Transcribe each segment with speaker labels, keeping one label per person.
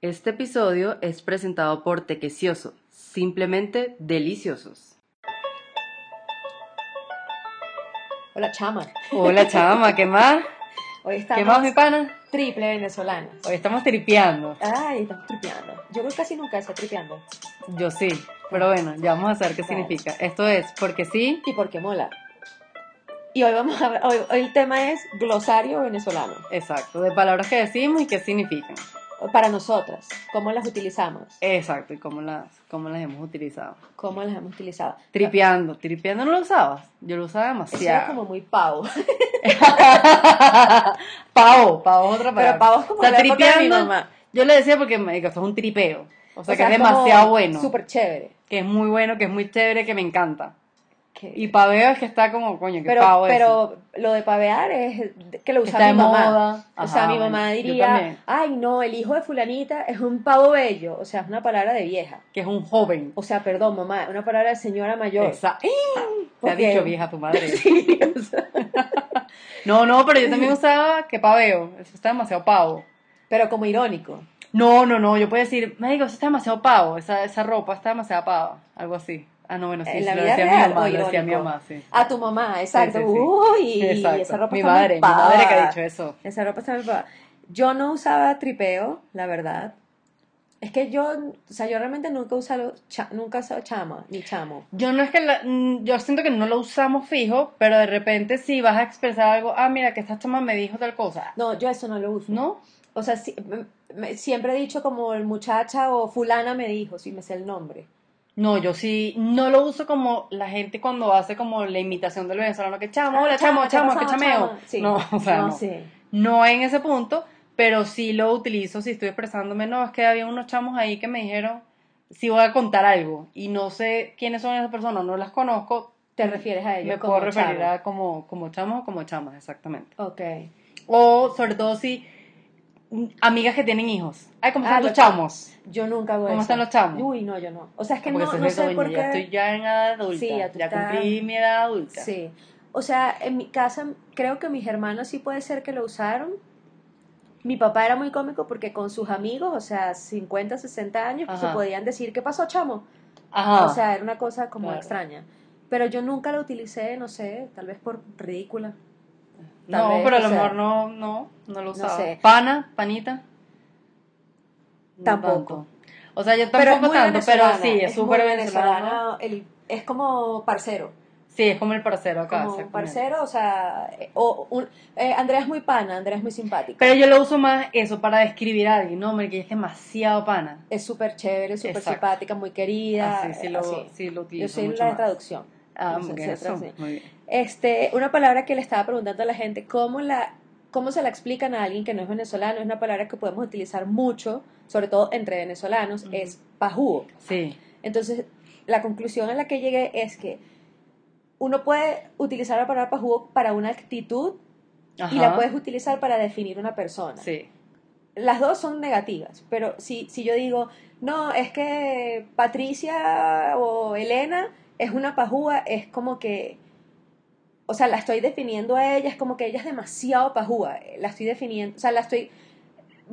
Speaker 1: Este episodio es presentado por Tequecioso, simplemente deliciosos.
Speaker 2: Hola, chama.
Speaker 1: Hola chama, ¿qué más?
Speaker 2: Hoy estamos
Speaker 1: ¿Qué más mi pana?
Speaker 2: triple venezolana.
Speaker 1: Hoy estamos tripeando.
Speaker 2: Ay, estamos tripeando. Yo creo que casi nunca está tripeando.
Speaker 1: Yo sí, pero bueno, ya vamos a saber qué significa. Esto es porque sí,
Speaker 2: Y porque mola. Y hoy vamos a ver, hoy, hoy el tema es glosario venezolano.
Speaker 1: exacto, de palabras que decimos y qué significan.
Speaker 2: Para nosotras, cómo las utilizamos,
Speaker 1: Exacto, y cómo las, cómo las hemos utilizado.
Speaker 2: cómo las hemos utilizado.
Speaker 1: Tripeando, tripeando no lo usabas, yo lo usaba
Speaker 2: Eso era
Speaker 1: demasiado.
Speaker 2: como muy pavo.
Speaker 1: pavo, pavo es otra palabra.
Speaker 2: Pero pavo es como
Speaker 1: o sea,
Speaker 2: la época de mi
Speaker 1: tripeando,
Speaker 2: mamá.
Speaker 1: Yo le decía porque marico, esto es un tripeo. O sea, que es
Speaker 2: como
Speaker 1: demasiado bueno.
Speaker 2: Súper chévere.
Speaker 1: Que es muy bueno, que es muy chévere, que me encanta.
Speaker 2: Que-
Speaker 1: Y paveo es que está como, coño, que
Speaker 2: pero
Speaker 1: pavo es.
Speaker 2: pero lo de pavear es que lo
Speaker 1: Está
Speaker 2: usa mi
Speaker 1: de
Speaker 2: mamá.
Speaker 1: moda.
Speaker 2: o sea,
Speaker 1: Ajá,
Speaker 2: mi mamá
Speaker 1: bueno, yo también.
Speaker 2: diría, ay no, el hijo de fulanita es un pavo bello. O sea, es una palabra de vieja.
Speaker 1: Que es un joven.
Speaker 2: O sea, perdón, mamá, una palabra de señora mayor.
Speaker 1: Esa- ¡Ih! Te ha
Speaker 2: Porque-
Speaker 1: dicho vieja tu madre.
Speaker 2: Sí, o sea,
Speaker 1: No, no, pero yo también usaba que paveo. Eso está demasiado pavo.
Speaker 2: pero como irónico.
Speaker 1: No, no, no. Yo puedo decir, me digo, eso está demasiado pavo. Esa, esa ropa está demasiado pava. Algo así. Ah, no, bueno, sí,
Speaker 2: en
Speaker 1: sí,
Speaker 2: la
Speaker 1: lo
Speaker 2: vida
Speaker 1: decía mi
Speaker 2: real
Speaker 1: mamá,
Speaker 2: o
Speaker 1: lo decía mi
Speaker 2: irónico.
Speaker 1: mamá, sí.
Speaker 2: A tu mamá, exacto.
Speaker 1: Sí, sí, sí.
Speaker 2: Uy,
Speaker 1: Exacto.
Speaker 2: esa ropa
Speaker 1: mi
Speaker 2: está muy
Speaker 1: madre, mi
Speaker 2: pava.
Speaker 1: madre que ha dicho eso.
Speaker 2: Esa ropa está muy pava. Yo no usaba tripeo, la verdad. Es que yo, o sea, yo realmente nunca he usado, cha- nunca he usado chama, ni chamo.
Speaker 1: Yo no es que la- mm, yo siento que no lo usamos fijo, pero de repente si vas a expresar algo, ah, mira, que esta chama me dijo tal cosa.
Speaker 2: No, yo eso no lo uso.
Speaker 1: ¿No?
Speaker 2: O sea, sí- me- me- siempre he dicho como el muchacha o fulana me dijo, si me sé el nombre.
Speaker 1: No, yo sí no lo uso como la gente cuando hace como la imitación del venezolano que chamo, hola
Speaker 2: Ah,
Speaker 1: chamo,
Speaker 2: ¿qué
Speaker 1: chamo, que
Speaker 2: pasó,
Speaker 1: chameo.
Speaker 2: chama? Sí.
Speaker 1: No, o sea, no.
Speaker 2: sí.
Speaker 1: No en ese punto, pero sí lo utilizo si estoy expresándome, no, es que había unos chamos ahí que me dijeron si voy a contar algo y no sé quiénes son esas personas, no las conozco,
Speaker 2: ¿Te refieres a ellos
Speaker 1: me
Speaker 2: como
Speaker 1: puedo referir
Speaker 2: chamo?
Speaker 1: a como, como chamos o como chamas, exactamente.
Speaker 2: Ok.
Speaker 1: O sobre todo si mm, amigas que tienen hijos. Ay, ¿cómo están
Speaker 2: Ah,
Speaker 1: tus
Speaker 2: lo-
Speaker 1: chamos?
Speaker 2: Yo nunca hago
Speaker 1: ¿Cómo
Speaker 2: eso.
Speaker 1: están los chamos?
Speaker 2: Uy, no, yo no. O sea, es que
Speaker 1: Porque
Speaker 2: no,
Speaker 1: eso es
Speaker 2: no
Speaker 1: de
Speaker 2: sé
Speaker 1: coño,
Speaker 2: por qué.
Speaker 1: ya estoy ya en edad adulta.
Speaker 2: Sí, ya tú estás-
Speaker 1: cumplí mi edad adulta.
Speaker 2: Sí. O sea, en mi casa, creo que mis hermanos sí puede ser que lo usaron. Mi papá era muy cómico porque con sus amigos, o sea, 50, 60 años, pues,
Speaker 1: Ajá.
Speaker 2: se podían decir, ¿qué pasó, chamo?
Speaker 1: Ajá.
Speaker 2: O sea, era una cosa como
Speaker 1: Ah, Claro.
Speaker 2: extraña. Pero yo nunca la utilicé, no sé, tal vez por ridícula. tal
Speaker 1: no,
Speaker 2: vez,
Speaker 1: pero a
Speaker 2: o
Speaker 1: lo
Speaker 2: sea,
Speaker 1: mejor no, no, no lo usaba.
Speaker 2: sé.
Speaker 1: Pana, panita. No
Speaker 2: Tampoco.
Speaker 1: tanto. O sea, yo
Speaker 2: Pero es
Speaker 1: tampoco
Speaker 2: muy
Speaker 1: tanto, pero
Speaker 2: venezolana,
Speaker 1: sí, es súper
Speaker 2: muy
Speaker 1: venezolana.
Speaker 2: venezolana, el- es como parcero.
Speaker 1: Sí, es como el parcero acá.
Speaker 2: como un
Speaker 1: exactamente.
Speaker 2: parcero, o sea, eh, o un, eh, Andrea es muy pana, Andrea es muy simpática.
Speaker 1: Pero yo lo uso más eso para describir a alguien, no, hombre, que es demasiado pana.
Speaker 2: es súper chévere, súper
Speaker 1: Exacto.
Speaker 2: simpática, muy querida.
Speaker 1: Así sí
Speaker 2: eh,
Speaker 1: lo,
Speaker 2: así.
Speaker 1: sí lo
Speaker 2: Yo
Speaker 1: utilizo.
Speaker 2: soy
Speaker 1: mucho
Speaker 2: la de
Speaker 1: más.
Speaker 2: traducción.
Speaker 1: Ah,
Speaker 2: No sé,
Speaker 1: ok,
Speaker 2: se
Speaker 1: eso,
Speaker 2: traduce.
Speaker 1: muy bien.
Speaker 2: Este, una palabra que le estaba preguntando a la gente, ¿cómo, la, ¿cómo se la explican a alguien que no es venezolano? Es una palabra que podemos utilizar mucho, sobre todo entre venezolanos,
Speaker 1: Ujú.
Speaker 2: es pajúo.
Speaker 1: Sí.
Speaker 2: Entonces, la conclusión a la que llegué es que uno puede utilizar la palabra pajúo para una actitud y la
Speaker 1: Ajá.
Speaker 2: puedes utilizar para definir una persona.
Speaker 1: Sí.
Speaker 2: las dos son negativas, pero si, si yo digo, no, es que Patricia o Elena es una pajúa, es como que, o sea, la estoy definiendo a ella, es como que ella es demasiado pajúa, eh, la estoy definiendo, o sea, la estoy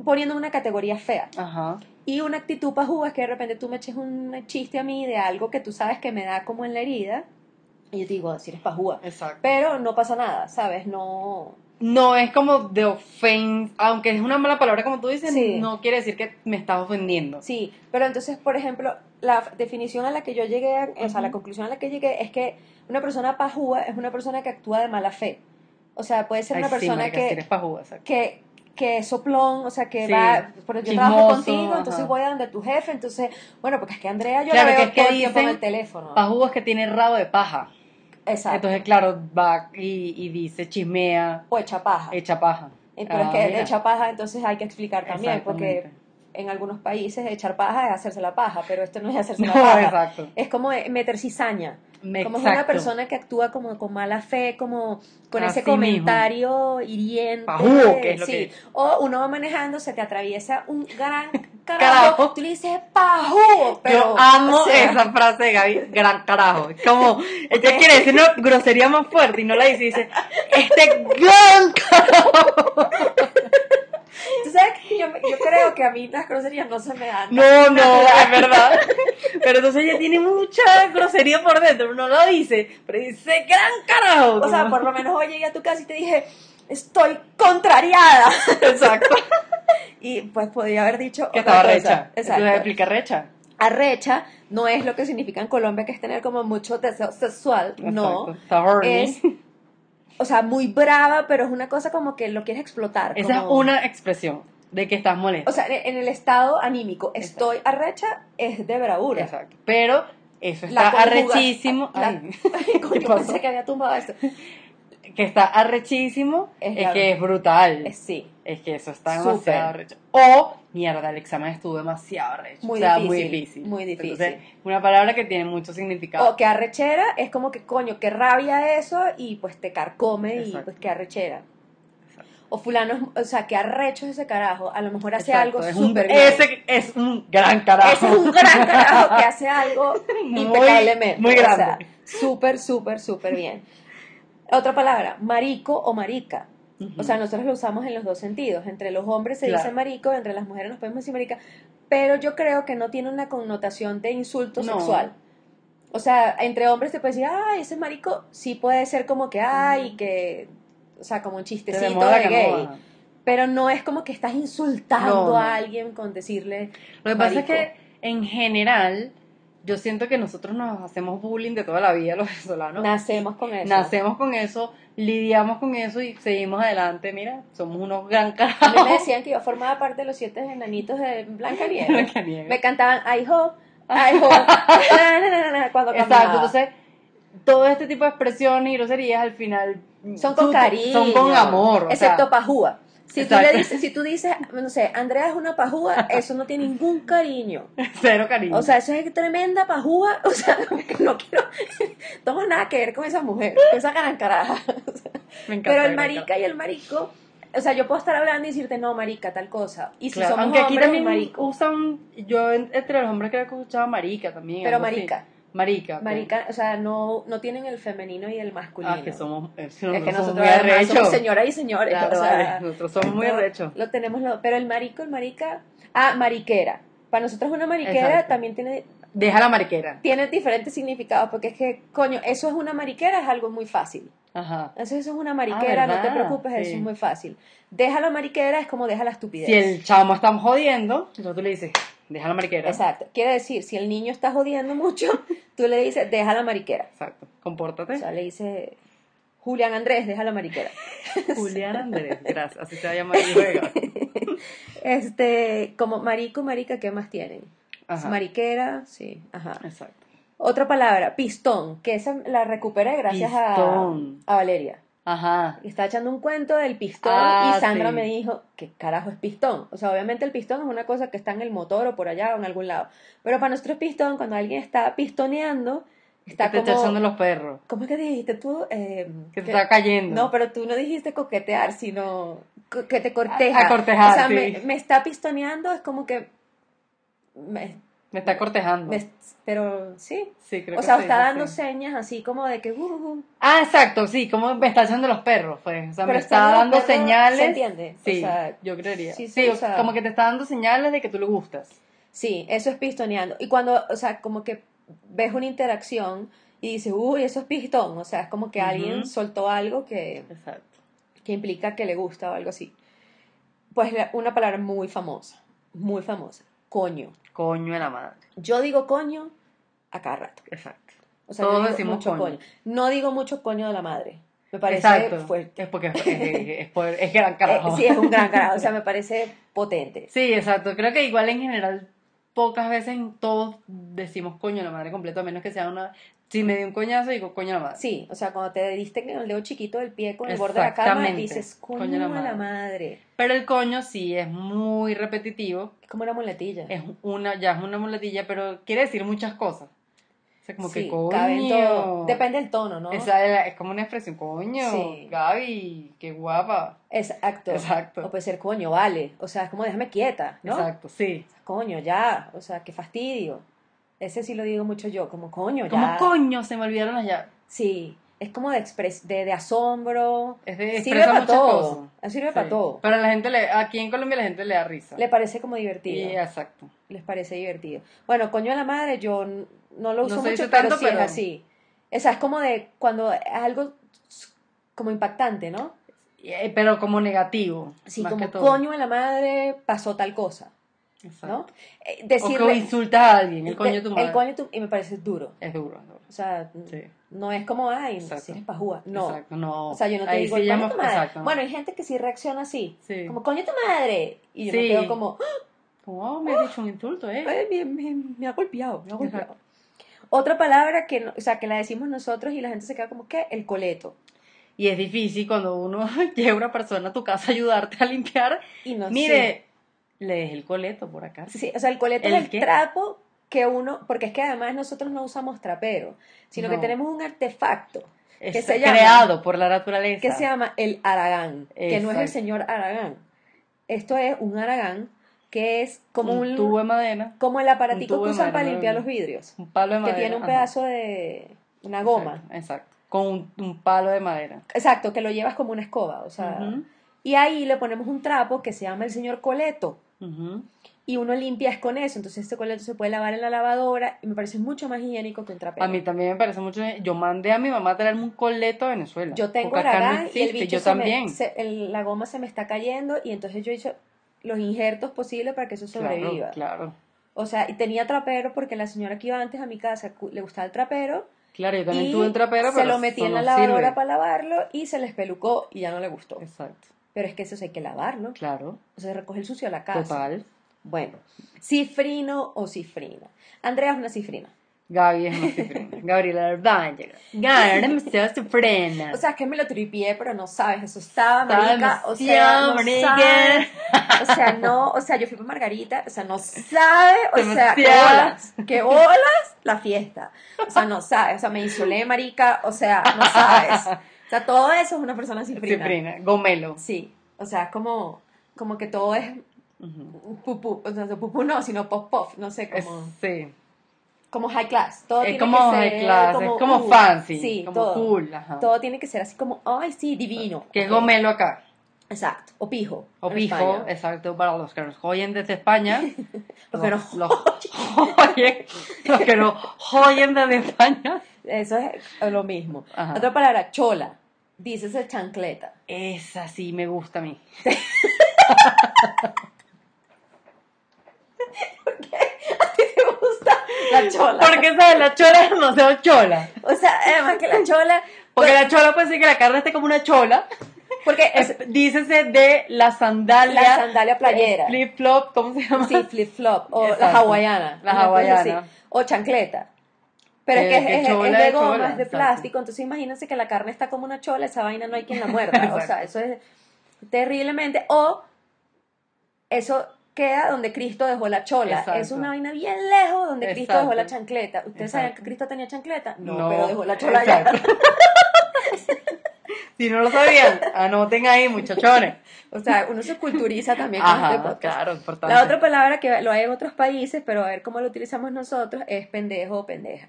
Speaker 2: poniendo en una categoría fea.
Speaker 1: Ajá.
Speaker 2: Y una actitud pajúa es que de repente tú me eches un chiste a mí de algo que tú sabes que me da como en la herida, y yo te digo, si eres pajúa.
Speaker 1: Exacto.
Speaker 2: Pero no pasa nada, ¿sabes? No...
Speaker 1: No es como de ofensa, aunque es una mala palabra como tú dices,
Speaker 2: Sí.
Speaker 1: no quiere decir que me estás ofendiendo.
Speaker 2: Sí, pero entonces, por ejemplo, la f- definición a la que yo llegué, a- o sea, la
Speaker 1: Ujú.
Speaker 2: conclusión a la que llegué es que una persona pajúa es una persona que actúa de mala fe. O sea, puede ser
Speaker 1: Ay,
Speaker 2: una
Speaker 1: sí,
Speaker 2: persona
Speaker 1: marica, si
Speaker 2: que,
Speaker 1: eres pajuda, exacto.
Speaker 2: que, que es soplón, o sea, que
Speaker 1: Sí,
Speaker 2: va, por yo trabajo
Speaker 1: chismoso,
Speaker 2: contigo, entonces
Speaker 1: ajá.
Speaker 2: voy a donde tu jefe, entonces, bueno, porque es que Andrea yo
Speaker 1: Claro,
Speaker 2: la
Speaker 1: que
Speaker 2: veo
Speaker 1: es que
Speaker 2: todo el tiempo en
Speaker 1: dicen
Speaker 2: el teléfono.
Speaker 1: Pajuda es que tiene rabo de paja.
Speaker 2: Exacto. Pues
Speaker 1: Entonces, claro, va y, y dice, chismea,
Speaker 2: o echa paja.
Speaker 1: echa paja.
Speaker 2: Eh, Pero es
Speaker 1: Ah,
Speaker 2: que
Speaker 1: mira.
Speaker 2: echa paja, entonces hay que explicar también, porque
Speaker 1: Exactamente.
Speaker 2: en algunos países echar paja es hacerse la paja, pero esto no es hacerse la
Speaker 1: No,
Speaker 2: paja.
Speaker 1: exacto.
Speaker 2: Es como eh, meter cizaña. Como es una
Speaker 1: Exacto.
Speaker 2: persona que actúa como con mala fe, como con
Speaker 1: Así
Speaker 2: ese
Speaker 1: mismo.
Speaker 2: comentario hiriente.
Speaker 1: Pajú, que es lo
Speaker 2: sí.
Speaker 1: que-
Speaker 2: O uno va manejando, se te atraviesa un gran carajo.
Speaker 1: Carajo.
Speaker 2: Tú le dices pajú, pero.
Speaker 1: Yo amo
Speaker 2: o sea,
Speaker 1: esa frase de Gaby, gran carajo. Es Como, ella quiere decir una grosería más fuerte y no la dice, dice, este gran carajo.
Speaker 2: Tú sabes que yo, yo creo que a mí las groserías no se me dan.
Speaker 1: No, no, es verdad. Pero entonces ella tiene mucha grosería por dentro. Uno lo dice, pero dice, gran carajo.
Speaker 2: O sea, por lo menos hoy llegué a tu casa y te dije, estoy contrariada.
Speaker 1: Exacto.
Speaker 2: Y pues podría haber dicho
Speaker 1: Que
Speaker 2: otra
Speaker 1: estaba
Speaker 2: cosa.
Speaker 1: recha. Exacto.
Speaker 2: Exacto.
Speaker 1: explica recha.
Speaker 2: Arrecha no es lo que significa en Colombia, que es tener como mucho deseo sexual. No.
Speaker 1: Exacto. Está horny.
Speaker 2: Es, o sea, muy brava, pero es una cosa como que lo quieres explotar.
Speaker 1: Esa es
Speaker 2: como-
Speaker 1: una expresión de que estás molesta.
Speaker 2: O sea, en el estado anímico, estoy arrecha, es de bravura.
Speaker 1: Exacto. Pero eso
Speaker 2: La
Speaker 1: está
Speaker 2: conjuga-
Speaker 1: arrechísimo.
Speaker 2: la-
Speaker 1: Ay,
Speaker 2: Ay, coño,
Speaker 1: ¿Qué pasó?
Speaker 2: pensé que había tumbado esto.
Speaker 1: que está arrechísimo
Speaker 2: Es
Speaker 1: es,
Speaker 2: la-
Speaker 1: que es brutal.
Speaker 2: Eh,
Speaker 1: Es,
Speaker 2: sí,
Speaker 1: que eso está
Speaker 2: Súper.
Speaker 1: demasiado arrecho. O, mierda, el examen estuvo demasiado arrecho.
Speaker 2: Muy
Speaker 1: o sea,
Speaker 2: difícil,
Speaker 1: muy difícil.
Speaker 2: muy difícil.
Speaker 1: Entonces, una palabra que tiene mucho significado.
Speaker 2: O que arrechera es como que coño, que rabia eso y pues te carcome y
Speaker 1: Exacto.
Speaker 2: pues que arrechera.
Speaker 1: Exacto.
Speaker 2: O fulano, es- o sea, que arrecho es ese carajo, a lo mejor hace
Speaker 1: Exacto,
Speaker 2: algo
Speaker 1: es un-
Speaker 2: súper bien.
Speaker 1: Ese es un gran carajo.
Speaker 2: Ese es un gran carajo que hace algo
Speaker 1: Muy-
Speaker 2: impecablemente.
Speaker 1: muy grande.
Speaker 2: O sea, súper, súper, súper bien. Otra palabra, marico o marica.
Speaker 1: Ujú.
Speaker 2: O sea, nosotros lo usamos en los dos sentidos. Entre los hombres se
Speaker 1: Claro.
Speaker 2: dice marico, entre las mujeres nos podemos decir marica, pero yo creo que no tiene una connotación de insulto
Speaker 1: No.
Speaker 2: sexual. O sea, entre hombres se puede decir, ay, ese marico sí puede ser como que, ay, que, o sea, como un
Speaker 1: Te
Speaker 2: chistecito
Speaker 1: demoda
Speaker 2: de
Speaker 1: que no
Speaker 2: gay.
Speaker 1: baja.
Speaker 2: Pero no es como que estás insultando
Speaker 1: No, no.
Speaker 2: a alguien con decirle,
Speaker 1: Lo que pasa es
Speaker 2: Marico.
Speaker 1: que, en general, yo siento que nosotros nos hacemos bullying de toda la vida los venezolanos.
Speaker 2: nacemos con eso.
Speaker 1: Nacemos con eso, lidiamos con eso y seguimos adelante. Mira, somos unos gran
Speaker 2: A mí me
Speaker 1: carajos.
Speaker 2: decían que yo formaba parte de los siete enanitos de Blanca
Speaker 1: Blancanieves.
Speaker 2: Me cantaban I ho, I ho, na, na, na, na, cuando
Speaker 1: Exacto,
Speaker 2: caminaba.
Speaker 1: entonces todo este tipo de expresiones y groserías al final
Speaker 2: Son con
Speaker 1: tú-
Speaker 2: cariño.
Speaker 1: son con amor. o
Speaker 2: Excepto
Speaker 1: sea,
Speaker 2: pajúa. Si tú, le
Speaker 1: Exacto.
Speaker 2: dices, si tú dices, no sé, Andrea es una pajúa, eso no tiene ningún cariño.
Speaker 1: cero cariño.
Speaker 2: O sea, eso es tremenda pajúa. O sea, no quiero. No tengo nada que ver con esa mujer, con esa carancaraja.
Speaker 1: me encanta.
Speaker 2: Pero el
Speaker 1: gran
Speaker 2: marica y el marico. O sea, yo puedo estar hablando y decirte, no, marica, tal cosa. Y si
Speaker 1: Claro,
Speaker 2: somos
Speaker 1: aunque aquí
Speaker 2: hombres,
Speaker 1: también
Speaker 2: marico.
Speaker 1: usan, yo en- entre los hombres creo que escuchaba marica también.
Speaker 2: Pero
Speaker 1: algo así.
Speaker 2: marica.
Speaker 1: Marica. pues ok.
Speaker 2: Marica, o sea, no, no tienen el femenino y el masculino.
Speaker 1: Ah, que somos, es
Speaker 2: es que
Speaker 1: somos
Speaker 2: nosotros
Speaker 1: muy
Speaker 2: además
Speaker 1: arrechos.
Speaker 2: somos señoras y señores.
Speaker 1: Claro,
Speaker 2: o sea,
Speaker 1: vale, nosotros somos muy
Speaker 2: no,
Speaker 1: arrechos.
Speaker 2: Lo tenemos, lo- pero el marico, el marica. Ah, mariquera. Para nosotros una mariquera
Speaker 1: Exacto.
Speaker 2: también tiene,
Speaker 1: Deja la mariquera.
Speaker 2: tiene diferentes significados, porque es que, coño, eso es una mariquera, es algo muy fácil.
Speaker 1: Ajá.
Speaker 2: Entonces eso es una mariquera, no te
Speaker 1: ¿verdad?
Speaker 2: preocupes, eso
Speaker 1: Sí.
Speaker 2: es muy fácil. Deja la mariquera es como deja la estupidez.
Speaker 1: Si el chamo está jodiendo, entonces tú le dices, deja la mariquera.
Speaker 2: Exacto. Quiere decir, si el niño está jodiendo mucho, tú le dices, deja la mariquera.
Speaker 1: Exacto. Compórtate.
Speaker 2: O sea, le dice, Julián Andrés, deja la mariquera.
Speaker 1: Julián Andrés, gracias. Así se va a llamar el hijo de Gaby.
Speaker 2: Este, como marico, marica, ¿qué más tienen?
Speaker 1: Ajá.
Speaker 2: Mariquera, sí, ajá.
Speaker 1: Exacto.
Speaker 2: Otra palabra, pistón, que esa la recuperé gracias a,
Speaker 1: Pistón.
Speaker 2: a Valeria.
Speaker 1: Ajá.
Speaker 2: Está echando un cuento del pistón
Speaker 1: Ah,
Speaker 2: y Sandra
Speaker 1: sí.
Speaker 2: me dijo, ¿qué carajo es pistón? O sea, obviamente el pistón es una cosa que está en el motor o por allá o en algún lado. Pero para nosotros pistón, cuando alguien está pistoneando,
Speaker 1: Que
Speaker 2: está
Speaker 1: te está echando
Speaker 2: como...
Speaker 1: los perros.
Speaker 2: ¿Cómo es que dijiste tú? Eh,
Speaker 1: Que te
Speaker 2: que-
Speaker 1: está cayendo.
Speaker 2: No, pero tú no dijiste coquetear, sino co- que te corteja.
Speaker 1: A- a cortejar,
Speaker 2: O sea,
Speaker 1: sí.
Speaker 2: me, me está pistoneando, es como que. me-
Speaker 1: Me está cortejando.
Speaker 2: me- pero sí.
Speaker 1: Sí, creo
Speaker 2: O
Speaker 1: que
Speaker 2: sea,
Speaker 1: se
Speaker 2: está
Speaker 1: dice
Speaker 2: dando
Speaker 1: así.
Speaker 2: señas así como de que. uh, uh, uh,
Speaker 1: Ah, exacto, sí, como me está echando los perros, pues. O sea,
Speaker 2: pero
Speaker 1: me está
Speaker 2: echando
Speaker 1: dando
Speaker 2: los perros,
Speaker 1: señales.
Speaker 2: ¿Se entiende?
Speaker 1: Sí,
Speaker 2: O sea,
Speaker 1: yo creería.
Speaker 2: sí,
Speaker 1: Sí,
Speaker 2: sí, o sea-
Speaker 1: como que te está dando señales de que tú le gustas.
Speaker 2: sí, eso es pistoneando. Y cuando, o sea, como que ves una interacción y dices, uy, eso es pistón. O sea, es como que
Speaker 1: Ujú.
Speaker 2: alguien soltó algo que,
Speaker 1: Exacto.
Speaker 2: que implica que le gusta o algo así. Pues la- una palabra muy famosa, muy famosa, coño.
Speaker 1: Coño de la madre.
Speaker 2: Yo digo coño a cada rato.
Speaker 1: Exacto.
Speaker 2: O sea, yo
Speaker 1: Todos
Speaker 2: digo
Speaker 1: decimos
Speaker 2: mucho coño.
Speaker 1: coño.
Speaker 2: No digo mucho coño de la madre. Me parece
Speaker 1: Exacto.
Speaker 2: fuerte.
Speaker 1: Es porque es, es- es poder- es gran
Speaker 2: Eh,
Speaker 1: carajo.
Speaker 2: sí, es un gran carajo. O sea, me parece potente.
Speaker 1: Sí, exacto. Creo que igual en general, pocas veces todos decimos coño a la madre completo, a menos que sea una. Si me dio un coñazo, digo coño a la madre.
Speaker 2: Sí, o sea, cuando te diste con el dedo chiquito del pie con el borde de la cama,
Speaker 1: Exactamente.
Speaker 2: dices coño de la madre.
Speaker 1: Pero el coño sí es muy repetitivo.
Speaker 2: Es como una muletilla.
Speaker 1: Es una, ya es una muletilla, pero quiere decir muchas cosas. O sea, como
Speaker 2: Sí,
Speaker 1: que coño.
Speaker 2: cabe en todo. Depende del tono, ¿no?
Speaker 1: Esa es, la- es como una expresión, coño,
Speaker 2: Sí.
Speaker 1: Gaby, qué guapa.
Speaker 2: Exacto.
Speaker 1: Exacto.
Speaker 2: O puede ser coño, vale. O sea, es como déjame quieta, ¿no?
Speaker 1: Exacto, sí.
Speaker 2: Coño, ya. O sea, qué fastidio. Ese sí lo digo mucho yo, como coño, ya.
Speaker 1: Como coño, se me olvidaron las llaves.
Speaker 2: Sí, es como de, expres de, de asombro.
Speaker 1: Es de
Speaker 2: Sirve
Speaker 1: expresa
Speaker 2: para
Speaker 1: muchas
Speaker 2: todo.
Speaker 1: cosas.
Speaker 2: Sirve
Speaker 1: Sí.
Speaker 2: para todo.
Speaker 1: Pero a la gente le, aquí en Colombia la gente le da risa.
Speaker 2: Le parece como divertido.
Speaker 1: y exacto.
Speaker 2: Les parece divertido. Bueno, coño a la madre, yo n- no lo
Speaker 1: No
Speaker 2: uso
Speaker 1: se
Speaker 2: mucho,
Speaker 1: dice
Speaker 2: pero
Speaker 1: tanto,
Speaker 2: sí
Speaker 1: pero-
Speaker 2: es así. O sea, es como de cuando es algo s- como impactante, ¿no?
Speaker 1: Y- eh, Pero como negativo.
Speaker 2: Sí,
Speaker 1: más que
Speaker 2: como
Speaker 1: todo.
Speaker 2: coño a la madre pasó tal cosa,
Speaker 1: Exacto.
Speaker 2: ¿no? Eh,
Speaker 1: O que
Speaker 2: decirle
Speaker 1: insultas a alguien, el coño de tu
Speaker 2: el
Speaker 1: madre.
Speaker 2: coño de tu- y me parece duro.
Speaker 1: Es duro, es duro.
Speaker 2: O sea,
Speaker 1: Sí.
Speaker 2: no es como, ay,
Speaker 1: Exacto.
Speaker 2: si eres pajúa. No.
Speaker 1: Exacto, no.
Speaker 2: O sea, yo no te
Speaker 1: Ahí
Speaker 2: digo
Speaker 1: sí
Speaker 2: el coño
Speaker 1: llama-
Speaker 2: de tu madre.
Speaker 1: exacto.
Speaker 2: Bueno, hay gente que sí reacciona así.
Speaker 1: Sí.
Speaker 2: Como, coño de tu madre. Y yo me
Speaker 1: Sí.
Speaker 2: quedo como,
Speaker 1: Como, oh, me has dicho un insulto, ¿eh?
Speaker 2: Ay, me, me- me ha golpeado, me ha golpeado.
Speaker 1: Exacto.
Speaker 2: Otra palabra que, no- o sea, que la decimos nosotros y la gente se queda como, ¿qué? El coleto.
Speaker 1: Y es difícil cuando uno llega una persona a tu casa a ayudarte a limpiar.
Speaker 2: Y no sé.
Speaker 1: Mire, le dejé el coleto por acá.
Speaker 2: Sí, o sea, el coleto
Speaker 1: ¿El
Speaker 2: es el
Speaker 1: qué?
Speaker 2: trapo que uno, porque es que además nosotros no usamos trapero, sino que
Speaker 1: No.
Speaker 2: tenemos un artefacto
Speaker 1: Es
Speaker 2: se llama?
Speaker 1: creado por la naturaleza.
Speaker 2: que se llama el aragán, que no es el
Speaker 1: Exacto.
Speaker 2: señor aragán. Esto es un aragán que es como un,
Speaker 1: tubo de madera,
Speaker 2: como el
Speaker 1: un
Speaker 2: aparatico
Speaker 1: tubo
Speaker 2: que
Speaker 1: de
Speaker 2: usan para
Speaker 1: madera,
Speaker 2: limpiar
Speaker 1: ¿no?
Speaker 2: los vidrios,
Speaker 1: un palo de
Speaker 2: que
Speaker 1: madera.
Speaker 2: tiene un
Speaker 1: ajá.
Speaker 2: pedazo de una goma.
Speaker 1: Exacto, exacto. Con un, un palo de madera.
Speaker 2: Exacto, que lo llevas como una escoba, o sea.
Speaker 1: Ujú,
Speaker 2: Y ahí le ponemos un trapo que se llama el señor coleto.
Speaker 1: ujú.
Speaker 2: Y uno limpia es con eso. Entonces este coleto se puede lavar en la lavadora. Y me parece mucho más higiénico que un trapero.
Speaker 1: A mí también me parece mucho. Yo mandé a mi mamá a traerme un coleto a Venezuela.
Speaker 2: yo tengo
Speaker 1: porque acá no
Speaker 2: aragán y el
Speaker 1: existe,
Speaker 2: bicho
Speaker 1: yo
Speaker 2: se me-
Speaker 1: también.
Speaker 2: se- el- la goma se me está cayendo. Y entonces yo he hecho los injertos posibles para que eso sobreviva.
Speaker 1: Claro, claro.
Speaker 2: O sea, y tenía trapero porque la señora que iba antes a mi casa cu- le gustaba el trapero.
Speaker 1: Claro, yo también
Speaker 2: y
Speaker 1: tuve un trapero,
Speaker 2: se
Speaker 1: pero
Speaker 2: lo metí
Speaker 1: eso
Speaker 2: en la
Speaker 1: no
Speaker 2: lavadora
Speaker 1: sirve.
Speaker 2: para lavarlo y se les pelucó y ya no le gustó.
Speaker 1: Exacto,
Speaker 2: Pero es que eso sí hay que lavarlo.
Speaker 1: claro,
Speaker 2: O sea, recoge el sucio a la casa.
Speaker 1: total.
Speaker 2: Bueno, cifrino o cifrina. Andrea es una cifrina.
Speaker 1: Gaby es más sufrena. Gabriela Ardángel. Gabriela es demasiado sufrena.
Speaker 2: O sea, es que me lo tripié, pero no sabes, eso estaba,
Speaker 1: Estaba
Speaker 2: marica, o sea,
Speaker 1: demasiado,
Speaker 2: no
Speaker 1: marica.
Speaker 2: sabes. O sea, no, o sea, yo fui para Margarita, o sea, no sabe, o sea, qué
Speaker 1: Demasiado.
Speaker 2: olas, qué olas la fiesta. O sea, no sabes, o sea, me insolé, marica, o sea, no sabes. O sea, todo eso es una persona cifrina.
Speaker 1: Cifrina, gomelo.
Speaker 2: Sí, o sea, es como, como que todo es
Speaker 1: Ujú.
Speaker 2: pupú, o sea, pupú no, sino pop pop, no sé,
Speaker 1: Es-
Speaker 2: como...
Speaker 1: sí,
Speaker 2: como high class. Todo
Speaker 1: es
Speaker 2: tiene
Speaker 1: como
Speaker 2: que
Speaker 1: high
Speaker 2: ser
Speaker 1: class, es como
Speaker 2: cool.
Speaker 1: fancy,
Speaker 2: Sí,
Speaker 1: como
Speaker 2: todo.
Speaker 1: cool, ajá.
Speaker 2: Todo tiene que ser así como, ay, sí, divino.
Speaker 1: que es
Speaker 2: Ok.
Speaker 1: gomelo acá.
Speaker 2: Exacto. O pijo.
Speaker 1: O
Speaker 2: en
Speaker 1: pijo,
Speaker 2: España.
Speaker 1: exacto, para los que nos oyen desde España.
Speaker 2: Los que nos
Speaker 1: los, oyen, los que nos oyen desde España.
Speaker 2: Eso es lo mismo.
Speaker 1: Ajá.
Speaker 2: Otra palabra, chola. Dices el chancleta.
Speaker 1: Esa sí me gusta a mí.
Speaker 2: ¿A ti te gusta la chola?
Speaker 1: Porque, ¿sabes? La chola es demasiado chola.
Speaker 2: O sea, además que la chola.
Speaker 1: Porque la chola puede ser que la carne esté como una chola.
Speaker 2: Porque es
Speaker 1: Es- dícese de la sandalia.
Speaker 2: la sandalia playera.
Speaker 1: Flip flop, ¿cómo se llama?
Speaker 2: Sí, flip flop. O
Speaker 1: Exacto.
Speaker 2: la hawaiana.
Speaker 1: La
Speaker 2: una cosa así.
Speaker 1: hawaiana.
Speaker 2: O chancleta. Pero
Speaker 1: Eh,
Speaker 2: es que
Speaker 1: que
Speaker 2: es, es-
Speaker 1: chola,
Speaker 2: es de
Speaker 1: es chola,
Speaker 2: goma, es de
Speaker 1: exacto.
Speaker 2: plástico. Entonces imagínense que la carne está como una chola, esa vaina no hay quien la muerda. o sea, eso es terriblemente. O eso queda donde Cristo dejó la chola. Es
Speaker 1: Exacto.
Speaker 2: una vaina bien lejos donde Cristo dejó la
Speaker 1: Exacto.
Speaker 2: chancleta. ¿Ustedes
Speaker 1: Exacto.
Speaker 2: sabían que Cristo tenía chancleta? No,
Speaker 1: No,
Speaker 2: pero dejó la chola allá.
Speaker 1: exacto. Si no lo sabían, anoten ahí, muchachones.
Speaker 2: O sea, uno se culturiza también con este
Speaker 1: Ajá,
Speaker 2: podcast.
Speaker 1: claro, importante.
Speaker 2: La otra palabra que lo hay en otros países, pero a ver cómo lo utilizamos nosotros, es pendejo o pendeja.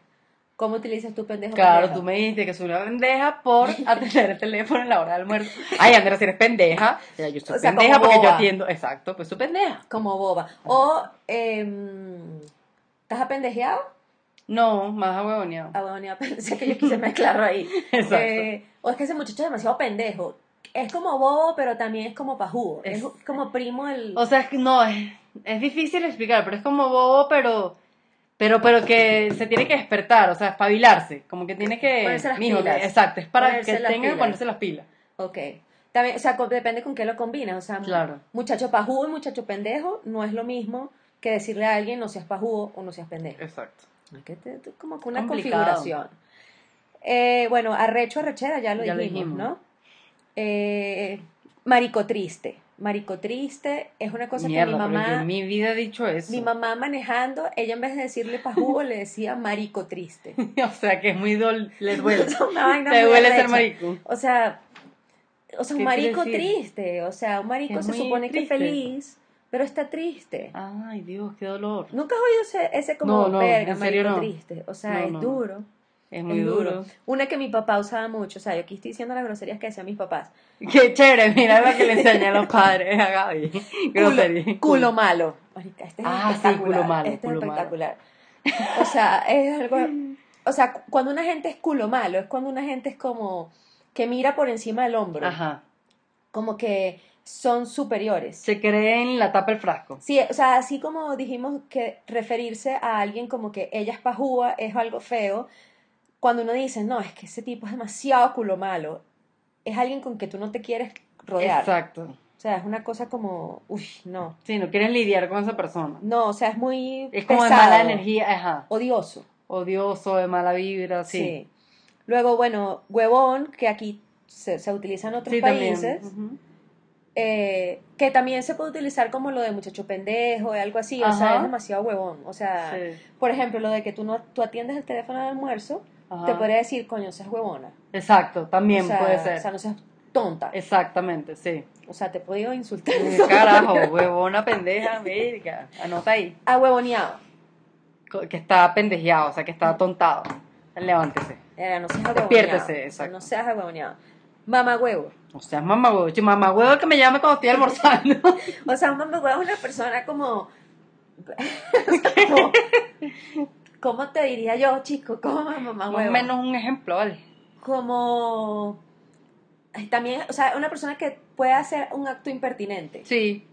Speaker 2: ¿Cómo utilizas tú pendejo o
Speaker 1: Claro,
Speaker 2: pendeja?
Speaker 1: tú me dijiste que soy una pendeja por atender el teléfono en la hora del almuerzo. Ay, Andrea, si eres pendeja. Ya, Yo soy
Speaker 2: O sea,
Speaker 1: pendeja
Speaker 2: como
Speaker 1: porque yo
Speaker 2: boba.
Speaker 1: atiendo. Exacto, pues soy pendeja.
Speaker 2: Como boba.
Speaker 1: Ah.
Speaker 2: O, em, ¿estás apendejeado?
Speaker 1: No, más ahuevoneado.
Speaker 2: Ah, bueno, ya pensé que yo quise mezclarlo ahí.
Speaker 1: Exacto.
Speaker 2: Eh, o es que ese muchacho es demasiado pendejo. Es como bobo, pero también es como pajudo. Es,
Speaker 1: Es-
Speaker 2: como primo del...
Speaker 1: O sea, es que- no, es, es difícil explicar, pero es como bobo, pero, pero, pero que se tiene que despertar, o sea, espabilarse, como que tiene que...
Speaker 2: Ponerse las
Speaker 1: mijo,
Speaker 2: pilas.
Speaker 1: Exacto, es para
Speaker 2: Ponerse
Speaker 1: que
Speaker 2: las
Speaker 1: tengan que
Speaker 2: pilas.
Speaker 1: ponerse las pilas.
Speaker 2: Ok. También, o sea, co- depende con qué lo combinas. O sea,
Speaker 1: Claro.
Speaker 2: muchacho pajudo y muchacho pendejo no es lo mismo que decirle a alguien no seas pajudo o no seas pendejo.
Speaker 1: Exacto.
Speaker 2: Es que te- te- como que una
Speaker 1: Complicado.
Speaker 2: configuración. Eh, bueno, arrecho, arrechera, ya lo,
Speaker 1: Ya lo
Speaker 2: dijimos,
Speaker 1: dijimos.
Speaker 2: ¿no? Eh, marico triste. Marico triste es una cosa
Speaker 1: Mierda,
Speaker 2: que mi
Speaker 1: pero yo
Speaker 2: mamá,
Speaker 1: en mi vida he dicho eso.
Speaker 2: mi mamá manejando, ella en vez de decirle pajudo le decía marico triste.
Speaker 1: o sea, que es muy dol... le duele.
Speaker 2: Es una vaina
Speaker 1: Te
Speaker 2: muy
Speaker 1: duele ser
Speaker 2: arrecha.
Speaker 1: marico.
Speaker 2: O sea, o sea,
Speaker 1: ¿Qué
Speaker 2: un marico
Speaker 1: quiere decir?
Speaker 2: triste, o sea, un marico
Speaker 1: Que es
Speaker 2: se
Speaker 1: muy
Speaker 2: supone que es
Speaker 1: triste.
Speaker 2: feliz, pero está triste.
Speaker 1: Ay, Dios, qué dolor.
Speaker 2: Nunca has oído ese, ese como
Speaker 1: No, no,
Speaker 2: verga,
Speaker 1: en serio
Speaker 2: marico
Speaker 1: no.
Speaker 2: triste. O sea,
Speaker 1: No,
Speaker 2: es
Speaker 1: no, no.
Speaker 2: duro.
Speaker 1: Es muy duro.
Speaker 2: Una que mi papá usaba mucho, o sea, yo aquí estoy diciendo las groserías que decían mis papás.
Speaker 1: Qué chévere, mira la que le enseñé a los padres a Gaby. Grosería.
Speaker 2: Culo, culo malo. Marica, este es
Speaker 1: Ah, sí,
Speaker 2: espectacular.
Speaker 1: culo malo,
Speaker 2: Este
Speaker 1: culo
Speaker 2: es
Speaker 1: malo.
Speaker 2: espectacular. O sea, es algo. O sea, cu- cuando una gente es culo malo, es cuando una gente es como que mira por encima del hombro.
Speaker 1: Ajá.
Speaker 2: Como que son superiores.
Speaker 1: Se creen la tapa del frasco.
Speaker 2: Sí, o sea, así como dijimos que referirse a alguien como que ella es pajúa es algo feo, cuando uno dice, no, es que ese tipo es demasiado culo malo, es alguien con que tú no te quieres rodear.
Speaker 1: Exacto.
Speaker 2: O sea, es una cosa como, uy, no.
Speaker 1: Sí, no quieres lidiar con esa persona.
Speaker 2: No, o sea, es muy
Speaker 1: Es como de
Speaker 2: pesado,
Speaker 1: mala energía, ajá.
Speaker 2: Odioso.
Speaker 1: Odioso, de mala vibra, sí.
Speaker 2: Sí. Luego, bueno, huevón, que aquí se, se utiliza en otros
Speaker 1: Sí, también.
Speaker 2: países,
Speaker 1: Ujú.
Speaker 2: eh, que también se puede utilizar como lo de muchacho pendejo, o algo así, o sea,
Speaker 1: Ajá.
Speaker 2: es demasiado huevón. O sea,
Speaker 1: Sí.
Speaker 2: Por ejemplo, lo de que tú no tú atiendes el teléfono al almuerzo,
Speaker 1: Ajá.
Speaker 2: te podría decir, coño, seas huevona.
Speaker 1: Exacto, también
Speaker 2: o sea,
Speaker 1: puede ser.
Speaker 2: O sea, no seas tonta.
Speaker 1: Exactamente, sí. Eh,
Speaker 2: O sea, te he podido insultar.
Speaker 1: Carajo, huevona pendeja, verga. Anota ahí.
Speaker 2: A huevoneado.
Speaker 1: Co- Que está pendejeado, o sea, que está atontado. Levántese.
Speaker 2: Era, Eh, no seas a
Speaker 1: Despiértese, exacto.
Speaker 2: No seas a huevoneado. Mamá huevo.
Speaker 1: O sea, es mamagüevo. Che, Mamagüevo que me llame cuando estoy almorzando.
Speaker 2: O sea, un mamá huevo es una persona como... como- ¿Cómo te diría yo, chico? Como mamá
Speaker 1: Más o
Speaker 2: huevo.
Speaker 1: menos un ejemplo, ¿vale?
Speaker 2: Como... ay, También, o sea, una persona que puede hacer un acto impertinente.
Speaker 1: Sí.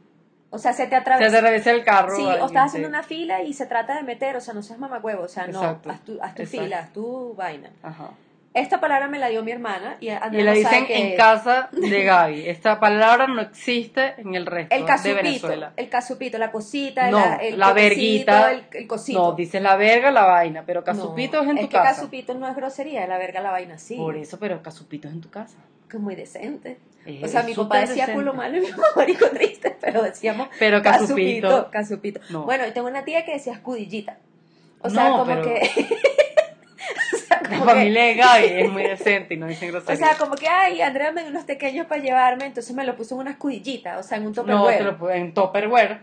Speaker 2: O sea, se te
Speaker 1: O sea,
Speaker 2: atraviesa.
Speaker 1: se atraviesa el carro.
Speaker 2: Sí,
Speaker 1: alguien,
Speaker 2: o estás haciendo
Speaker 1: sí.
Speaker 2: una fila y se trata de meter, o sea, no seas mamagüevo, o sea, no,
Speaker 1: Exacto.
Speaker 2: haz tu, haz tu
Speaker 1: Exacto.
Speaker 2: fila, haz tu vaina.
Speaker 1: Ajá.
Speaker 2: Esta palabra me la dio mi hermana y
Speaker 1: Y
Speaker 2: Andrea
Speaker 1: la
Speaker 2: no sabe
Speaker 1: dicen
Speaker 2: qué
Speaker 1: en
Speaker 2: es.
Speaker 1: casa de Gaby. Esta palabra no existe en el resto
Speaker 2: El
Speaker 1: de
Speaker 2: casupito,
Speaker 1: Venezuela.
Speaker 2: el casupito, la cosita,
Speaker 1: No,
Speaker 2: la, el
Speaker 1: la
Speaker 2: cosito,
Speaker 1: verguita.
Speaker 2: el, el cosito.
Speaker 1: No, dices la verga, la vaina, pero casupito
Speaker 2: No,
Speaker 1: es en tu
Speaker 2: que
Speaker 1: casa.
Speaker 2: casupito no es grosería, la verga la vaina sí,
Speaker 1: Por eso, pero casupito es en tu casa.
Speaker 2: que es muy decente.
Speaker 1: Es-
Speaker 2: O sea,
Speaker 1: es
Speaker 2: mi
Speaker 1: súper
Speaker 2: papá decía
Speaker 1: decente.
Speaker 2: culo malo y mi mamá marico triste, pero decíamos
Speaker 1: Pero casupito.
Speaker 2: casupito, casupito.
Speaker 1: No.
Speaker 2: Bueno, y tengo una tía que decía escudillita. O sea,
Speaker 1: No,
Speaker 2: como
Speaker 1: pero-
Speaker 2: que... O sea,
Speaker 1: La
Speaker 2: como que-
Speaker 1: familia de Gaby es muy decente y no dicen
Speaker 2: O
Speaker 1: groserías.
Speaker 2: sea, como que, ay, Andrea me dio unos pequeños para llevarme, entonces me lo puso en una escudillita, o sea, en un
Speaker 1: no, te
Speaker 2: topperware.
Speaker 1: lo pu- en Tupperware.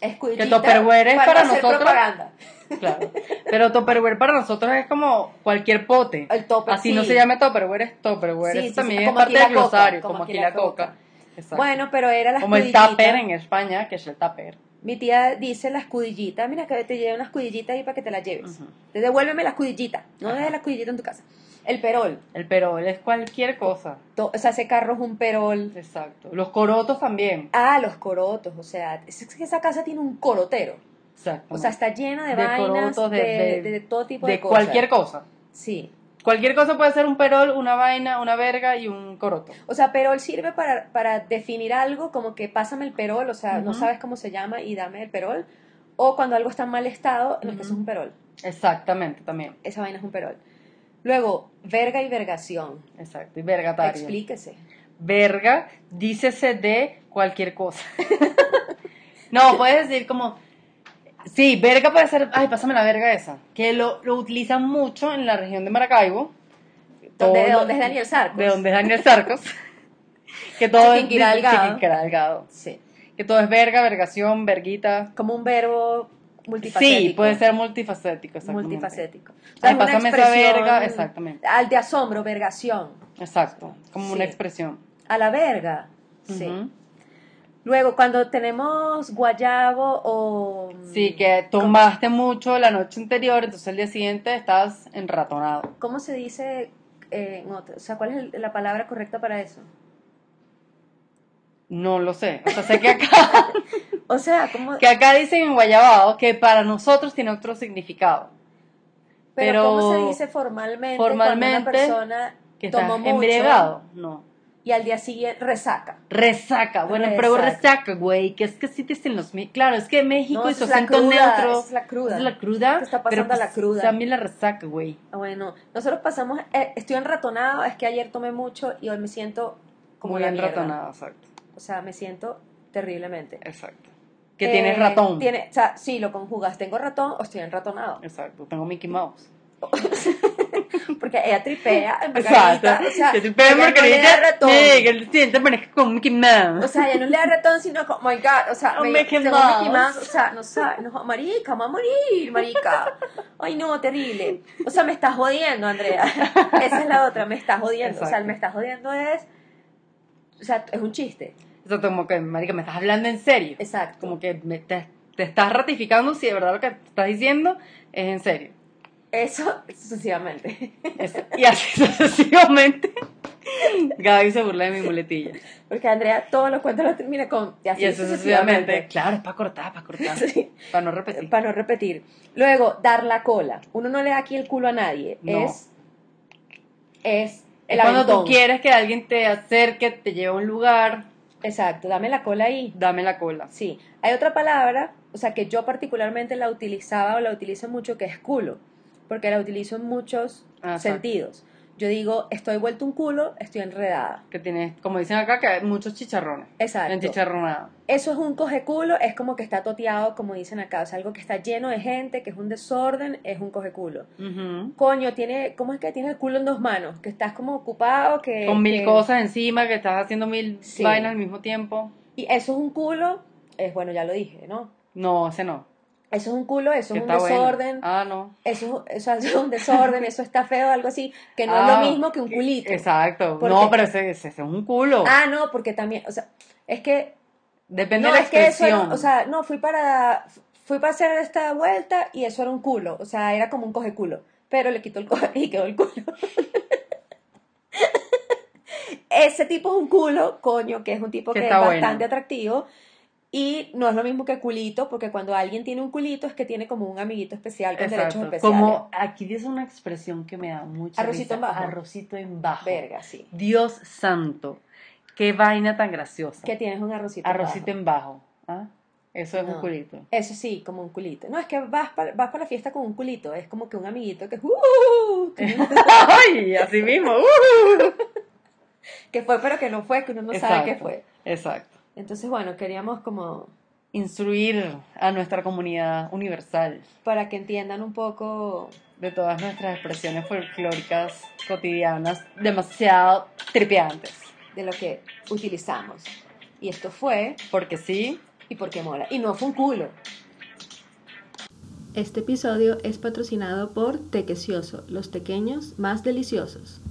Speaker 2: Escudillita
Speaker 1: Que Tupperware es para
Speaker 2: no hacer
Speaker 1: nosotros.
Speaker 2: propaganda.
Speaker 1: Claro. Pero Tupperware para nosotros es como cualquier pote.
Speaker 2: El topper,
Speaker 1: Así
Speaker 2: pues sí.
Speaker 1: no se llame Tupperware, es Tupperware.
Speaker 2: Sí,
Speaker 1: Eso
Speaker 2: sí, sí,
Speaker 1: también es
Speaker 2: como
Speaker 1: parte
Speaker 2: aquí la
Speaker 1: del glosario,
Speaker 2: coca,
Speaker 1: como, aquí la coca. Exacto.
Speaker 2: Bueno, pero era la
Speaker 1: como el
Speaker 2: escudillita.
Speaker 1: tupper en España, que es el tupper.
Speaker 2: Mi tía dice la escudillita, mira que te llevé una escudillita ahí para que te la lleves.
Speaker 1: Ujú.
Speaker 2: Te devuélveme la escudillita, no
Speaker 1: Ajá.
Speaker 2: dejes la escudillita en tu casa. El perol,
Speaker 1: El perol es cualquier cosa.
Speaker 2: to- o sea, ese carro es un perol.
Speaker 1: Exacto. Los corotos también.
Speaker 2: Ah, los corotos, o sea, es que esa casa tiene un corotero.
Speaker 1: Exacto.
Speaker 2: O sea, está llena de,
Speaker 1: De
Speaker 2: vainas,
Speaker 1: corotos, de-
Speaker 2: de,
Speaker 1: de-
Speaker 2: de todo tipo de,
Speaker 1: de
Speaker 2: cosas.
Speaker 1: cualquier cosa.
Speaker 2: Sí.
Speaker 1: Cualquier cosa puede ser un perol, una vaina, una verga y un coroto.
Speaker 2: O sea, perol sirve para, para definir algo como que pásame el perol, o sea, no
Speaker 1: Ujú.
Speaker 2: sabes cómo se llama y dame el perol. O cuando algo está en mal estado, no,
Speaker 1: Ujú.
Speaker 2: eso es un perol.
Speaker 1: Exactamente, también.
Speaker 2: Esa vaina es un perol. Luego, verga y vergación.
Speaker 1: Exacto. Y vergatario.
Speaker 2: Explíquese.
Speaker 1: Verga, dícese de cualquier cosa. no, puedes decir como. Sí, verga puede ser. Ay, pásame la verga esa. Que lo, lo utilizan mucho en la región de Maracaibo.
Speaker 2: ¿Dónde,
Speaker 1: Todo
Speaker 2: ¿De
Speaker 1: lo-
Speaker 2: dónde es Daniel Sarcos?
Speaker 1: de donde es Daniel Sarcos. que todo es
Speaker 2: Chiquinquirá Delgado.
Speaker 1: Chiquinquirá Delgado.
Speaker 2: Sí.
Speaker 1: Que todo es verga, vergación, verguita.
Speaker 2: Como un verbo multifacético.
Speaker 1: Sí, puede ser multifacético, exactamente.
Speaker 2: multifacético. O
Speaker 1: Ay,
Speaker 2: sea, es una
Speaker 1: pásame esa
Speaker 2: expresión
Speaker 1: verga, exactamente.
Speaker 2: Al de asombro, vergación.
Speaker 1: Exacto, como una
Speaker 2: Sí.
Speaker 1: expresión.
Speaker 2: A la verga. Sí.
Speaker 1: Ujú.
Speaker 2: Luego, cuando tenemos guayabo o... mm,
Speaker 1: Sí, que tomaste mucho la noche anterior, entonces el día siguiente estás enratonado.
Speaker 2: ¿Cómo se dice eh, en otro? O sea, ¿cuál es el- la palabra correcta para eso?
Speaker 1: No lo sé. O sea, sé que acá,
Speaker 2: O sea, ¿cómo,
Speaker 1: que acá dicen en Guayabao que para nosotros tiene otro significado.
Speaker 2: pero, ¿cómo se
Speaker 1: pero-
Speaker 2: dice formalmente,
Speaker 1: formalmente,
Speaker 2: cuando una persona
Speaker 1: Que estás
Speaker 2: tomó mucho
Speaker 1: embriagado. No.
Speaker 2: y al día siguiente resaca?
Speaker 1: Resaca, bueno, pero
Speaker 2: Resaca.
Speaker 1: resaca, güey, que es que sí dicen los... mi- Claro, es que México
Speaker 2: No,
Speaker 1: y
Speaker 2: esa
Speaker 1: su
Speaker 2: es la
Speaker 1: acento
Speaker 2: cruda,
Speaker 1: neutro...
Speaker 2: esa es la cruda.
Speaker 1: esa es la cruda,
Speaker 2: Te está pasando
Speaker 1: pero, pues,
Speaker 2: la cruda.
Speaker 1: También la resaca, güey.
Speaker 2: Ah, Bueno, nosotros pasamos, eh, estoy enratonado, es que ayer tomé mucho y hoy me siento como
Speaker 1: Muy
Speaker 2: la mierda.
Speaker 1: enratonada, exacto,
Speaker 2: O sea, me siento terriblemente.
Speaker 1: exacto. Que
Speaker 2: Eh,
Speaker 1: tienes ratón.
Speaker 2: Tiene, o sea, sí, lo conjugas, tengo ratón o estoy enratonado.
Speaker 1: Exacto, tengo Mickey Mouse.
Speaker 2: porque ella tripea en
Speaker 1: Exacto.
Speaker 2: Margarita. O sea,
Speaker 1: que tú pegas
Speaker 2: ella no le da
Speaker 1: margarita,
Speaker 2: ratón.
Speaker 1: sí, que te sientas parezca con Mickey Mouse.
Speaker 2: O sea, ella no le da ratón, sino como, oh my god, o sea,
Speaker 1: Oh,
Speaker 2: me-
Speaker 1: Mickey
Speaker 2: tengo Mickey
Speaker 1: Mouse.
Speaker 2: Mouse, o sea, no sabe, no, marica, va a morir, marica. Ay, no, terrible. O sea, me estás jodiendo, Andrea. Esa es la otra, me estás jodiendo. O sea,
Speaker 1: Exacto.
Speaker 2: el me estás jodiendo es, o sea, es un chiste.
Speaker 1: Exacto, como que, marica, me estás hablando en serio.
Speaker 2: Exacto.
Speaker 1: Como que me- te, te estás ratificando si de verdad lo que te estás diciendo es en serio.
Speaker 2: Eso sucesivamente.
Speaker 1: Eso. Este, Y así sucesivamente. Gaby se burla de mi muletilla.
Speaker 2: Porque Andrea todos los cuentos los termina con, y así
Speaker 1: Y eso sucesivamente. Claro, es para cortar, para cortar.
Speaker 2: sucesivamente. Sí.
Speaker 1: Para no repetir.
Speaker 2: Para no repetir. Luego, dar la cola. Uno no le da aquí el culo a nadie.
Speaker 1: No.
Speaker 2: Es. Es el
Speaker 1: Es cuando tú
Speaker 2: aventón.
Speaker 1: quieres que alguien te acerque, te lleve a un lugar,
Speaker 2: Exacto, dame la cola ahí.
Speaker 1: dame la cola.
Speaker 2: Sí. Hay otra palabra, o sea, que yo particularmente la utilizaba o la utilizo mucho, que es culo. Porque la utilizo en muchos
Speaker 1: Ajá.
Speaker 2: sentidos. Yo digo, estoy vuelto un culo, estoy enredada.
Speaker 1: Que tienes, como dicen acá, que hay muchos chicharrones.
Speaker 2: Exacto.
Speaker 1: En chicharronada.
Speaker 2: Eso es un coge culo, es como que está toteado, como dicen acá. O sea, algo que está lleno de gente, que es un desorden, es un coge culo.
Speaker 1: Ujú.
Speaker 2: Coño, tiene, ¿cómo es que tiene el culo en dos manos? Que estás como ocupado, que...
Speaker 1: Con mil
Speaker 2: que-
Speaker 1: cosas encima, que estás haciendo mil
Speaker 2: Eh, Sí.
Speaker 1: vainas al mismo tiempo.
Speaker 2: Y eso es un culo, es bueno, ya lo dije, ¿no?
Speaker 1: No, ese no.
Speaker 2: Eso es un culo, eso
Speaker 1: que
Speaker 2: es un
Speaker 1: está bueno.
Speaker 2: desorden,
Speaker 1: Ah, no.
Speaker 2: eso, es- eso es un desorden, eso está feo, algo así, que no
Speaker 1: Ah,
Speaker 2: es lo mismo que un culito.
Speaker 1: Exacto.
Speaker 2: Porque-
Speaker 1: No, pero ese, ese- ese es un culo.
Speaker 2: Ah, no, porque también, o sea, es que...
Speaker 1: Depende
Speaker 2: no,
Speaker 1: de la
Speaker 2: es que eso
Speaker 1: expresión.
Speaker 2: era, o sea, no, fui para, fui para hacer esta vuelta y eso era un culo, o sea, era como un coge culo, pero le quitó el coge y quedó el culo. Ese tipo es un culo, coño, que es un tipo
Speaker 1: Que
Speaker 2: que, es
Speaker 1: está bueno.
Speaker 2: bastante atractivo y no es lo mismo que culito, porque cuando alguien tiene un culito es que tiene como un amiguito especial con derechos
Speaker 1: Exacto.
Speaker 2: especiales.
Speaker 1: Como aquí dice una expresión que me da mucha
Speaker 2: Arrocito
Speaker 1: risa.
Speaker 2: en bajo.
Speaker 1: Arrocito en bajo.
Speaker 2: Verga, sí.
Speaker 1: Dios santo. Qué vaina tan graciosa.
Speaker 2: Que tienes un arrocito.
Speaker 1: Arrocito
Speaker 2: abajo.
Speaker 1: en bajo. ¿ah? Eso es un
Speaker 2: No.
Speaker 1: culito.
Speaker 2: Eso sí, como un culito. No, es que vas para, vas para la fiesta con un culito, es como que un amiguito que ¡Uh!
Speaker 1: ¡Ay! Así mismo. ¡uh!
Speaker 2: que fue pero que no fue, que uno no sabe qué
Speaker 1: Exacto,
Speaker 2: fue.
Speaker 1: Exacto.
Speaker 2: Entonces, bueno, queríamos como
Speaker 1: Instruir a nuestra comunidad universal
Speaker 2: para que entiendan un poco
Speaker 1: de todas nuestras expresiones folclóricas cotidianas demasiado tripeantes.
Speaker 2: de lo que utilizamos. Y esto fue
Speaker 1: Porque sí,
Speaker 2: y por qué mola. Y no fue un culo.
Speaker 3: Este episodio es patrocinado por Tequecioso, los tequeños más deliciosos.